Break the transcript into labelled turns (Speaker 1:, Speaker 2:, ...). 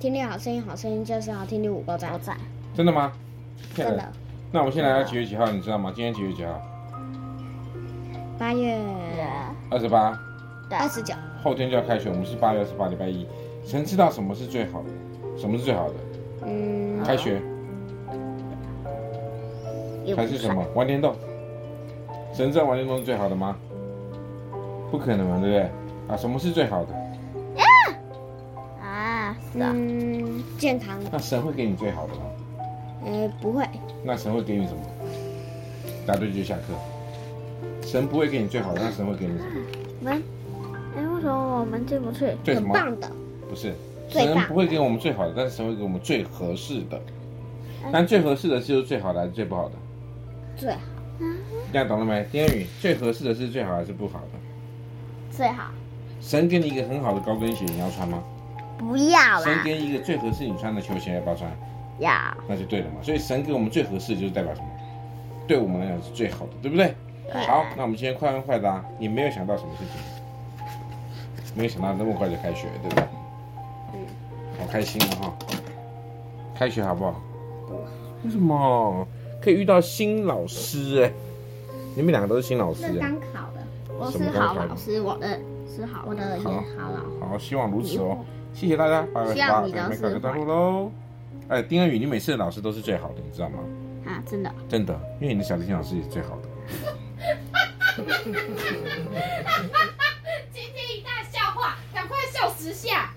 Speaker 1: 听好声音，好声音就是要听听五个赞。
Speaker 2: 在
Speaker 3: 真的吗？骗
Speaker 1: 真
Speaker 3: 人
Speaker 1: 的，
Speaker 3: 那我们现
Speaker 2: 啊
Speaker 3: 在几月几号？你知道吗？今天几啊月几号？
Speaker 1: 八月
Speaker 3: 二十八，
Speaker 2: 对
Speaker 1: 二十九，
Speaker 3: 后天就要开学，我们是八月二十八，礼拜一。神知道什么是最好的，什么是最好的？
Speaker 1: 嗯，
Speaker 3: 开学
Speaker 2: 又不
Speaker 3: 还是什么？玩电动。神知道玩电动是最好的吗？不可能嘛，对不对？啊，什么是最好的？
Speaker 2: 算啊？是啊，
Speaker 1: 嗯，健康，
Speaker 3: 那神会给你最好的吗？
Speaker 1: 呃，不会，
Speaker 3: 那神会给你什么？答对就下课。神不会给你最好的，那神会给你什么？
Speaker 2: 我们哎，为什么我们进不去？
Speaker 3: 最
Speaker 1: 嗯
Speaker 3: 什
Speaker 1: 很
Speaker 3: 么？
Speaker 1: 棒的，
Speaker 3: 不是，
Speaker 1: 最
Speaker 3: 神
Speaker 1: 棒
Speaker 3: 不会给我们最好的，但是神会给我们最合适的
Speaker 2: 嗯。
Speaker 3: 但最合适的是就是最好的还是最不好的？
Speaker 1: 最好，
Speaker 3: 这样懂了没？丁天宇，最合适的是最好还是不好的？
Speaker 2: 最好
Speaker 3: 神给你一个很好的高跟鞋，你要穿吗？
Speaker 2: 不要
Speaker 3: 神
Speaker 2: 啦，
Speaker 3: 给你一个最合适你穿的球鞋，要不要穿？
Speaker 2: 要
Speaker 3: 那就对了嘛。所以神给我们最合适的就是代表什么？对我们来讲是最好的，对不对？
Speaker 2: 对啊
Speaker 3: 好，那我们今天快问快答，你没有想到什么事情？没有想到那么快就开学，对不对？
Speaker 2: 嗯
Speaker 3: 好开心啊、哈！开学好不好？为什么？可以遇到新老师哎、你们两个都是新老师
Speaker 1: 是
Speaker 3: 哎、
Speaker 1: 刚考的，
Speaker 2: 我
Speaker 3: 什么
Speaker 2: 是
Speaker 3: 都
Speaker 2: 好
Speaker 3: 好
Speaker 2: 老师，我的是好
Speaker 1: 我的也
Speaker 3: 好
Speaker 1: 好了，
Speaker 3: 好，希望如此哦。谢谢大家，八月十八，
Speaker 2: 希望你
Speaker 3: 咱
Speaker 2: 老
Speaker 3: 们
Speaker 2: 师
Speaker 3: 搞个段落喽。哎，丁恩宇，你每次的老师都是最好的，你知道吗？
Speaker 2: 啊，真的。
Speaker 3: 真的，因为你的小提琴老师也是最好的。
Speaker 4: 今天一大笑话，赶快笑十下。